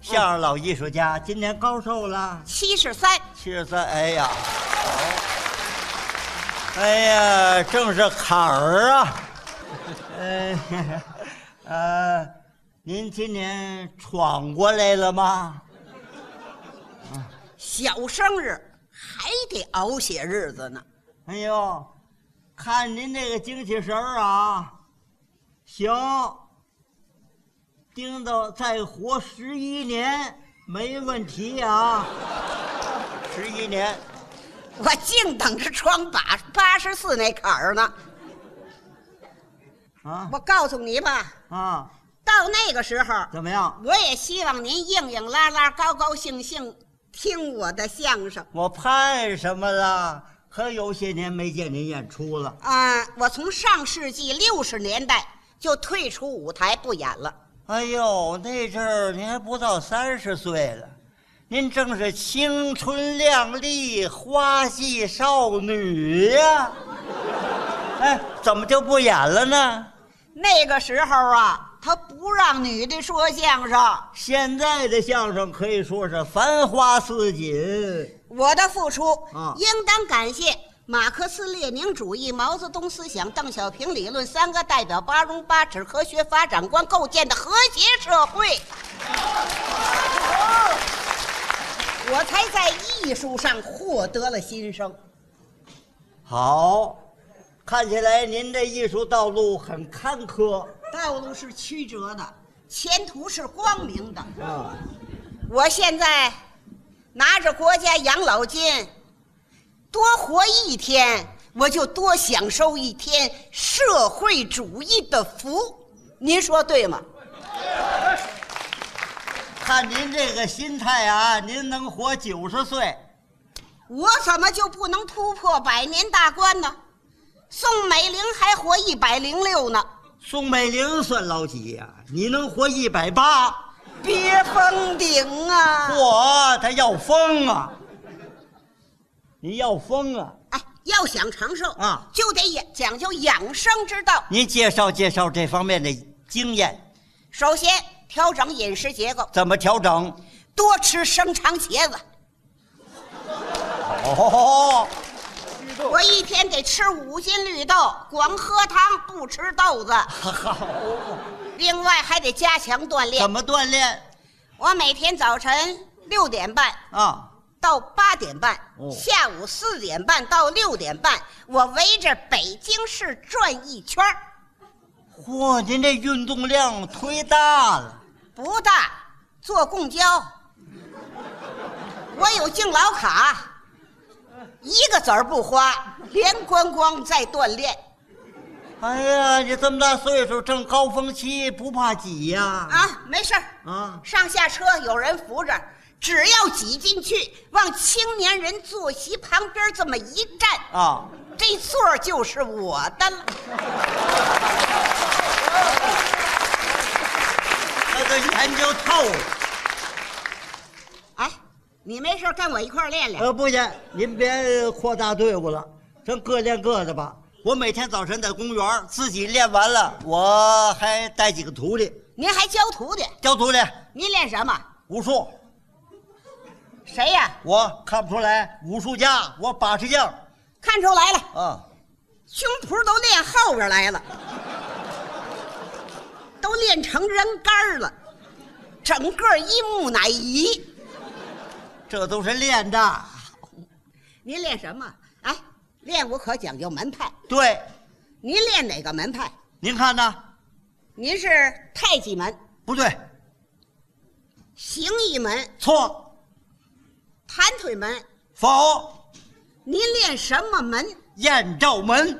相声老艺术家，今年高寿了？七十三，七十三。哎呀，哎呀，正是坎儿啊。 呃，呃，您今年闯过来了吗？小生日还得熬些日子呢。哎呦，看您这个精气神儿啊，行，盯到再活十一年没问题啊，十一年，我净等着闯八八十四那坎儿呢。啊我告诉你吧，啊，到那个时候，怎么样？我也希望您硬硬拉拉、高高兴兴听我的相声我盼什么了？可有些年没见您演出了啊！我从上世纪六十年代就退出舞台不演了，哎呦，那阵儿您还不到三十岁了，您正是青春靓丽、花季少女呀、 哎，怎么就不演了呢？那个时候啊，他不让女的说相声。现在的相声可以说是繁花似锦。我的付出啊应当感谢马克思列宁主义、毛泽东思想、邓小平理论三个代表八荣八耻科学发展观构建的和谐社会。我才在艺术上获得了新生。好，看起来您这艺术道路很坎坷道路是曲折的，前途是光明的。啊。我现在拿着国家养老金，多活一天，我就多享受一天社会主义的福。您说对吗？看您这个心态啊，您能活九十岁。我怎么就不能突破百年大关呢？宋美龄还活一百零六呢，宋美龄算老几呀、你能活一百八，别封顶啊！嚯，他要疯啊！你要疯啊！哎，要想长寿啊就得养讲究养生之道。您介绍介绍这方面的经验，首先调整饮食结构，怎么调整？多吃生长茄子。哦，我一天得吃五斤绿豆，光喝汤不吃豆子。另外还得加强锻炼怎。么锻炼我每天早晨六点半啊？到八点半，哦下午四点半到六点半，我围着北京市转一圈儿嚯，您这运动量忒大了。不大，坐公交。 我有敬老卡，一个子儿不花，连观光再锻炼。哎呀，你这么大岁数，正高峰期，不怕挤呀、啊，没事儿啊上下车有人扶着，只要挤进去，往青年人坐席旁边这么一站，啊！这座儿就是我的了。那个研究透了。哎，你没事儿跟我一块儿练练。呃，不行，您别扩大队伍了，咱各练各的吧。我每天早晨在公园儿自己练完了，我还带几个徒弟，您还教徒弟，教徒弟您练什么？武术，谁呀、我看不出来，武术家，我把式匠看出来了，啊。胸脯都练后边来了， 都练成人干儿了，整个一木乃伊。这都是练的，您练什么？哎，练武可讲究门派，对，您练哪个门派？您看呢？您是太极门、不对，形意门、错，弹腿门，否，您练什么门？燕赵门，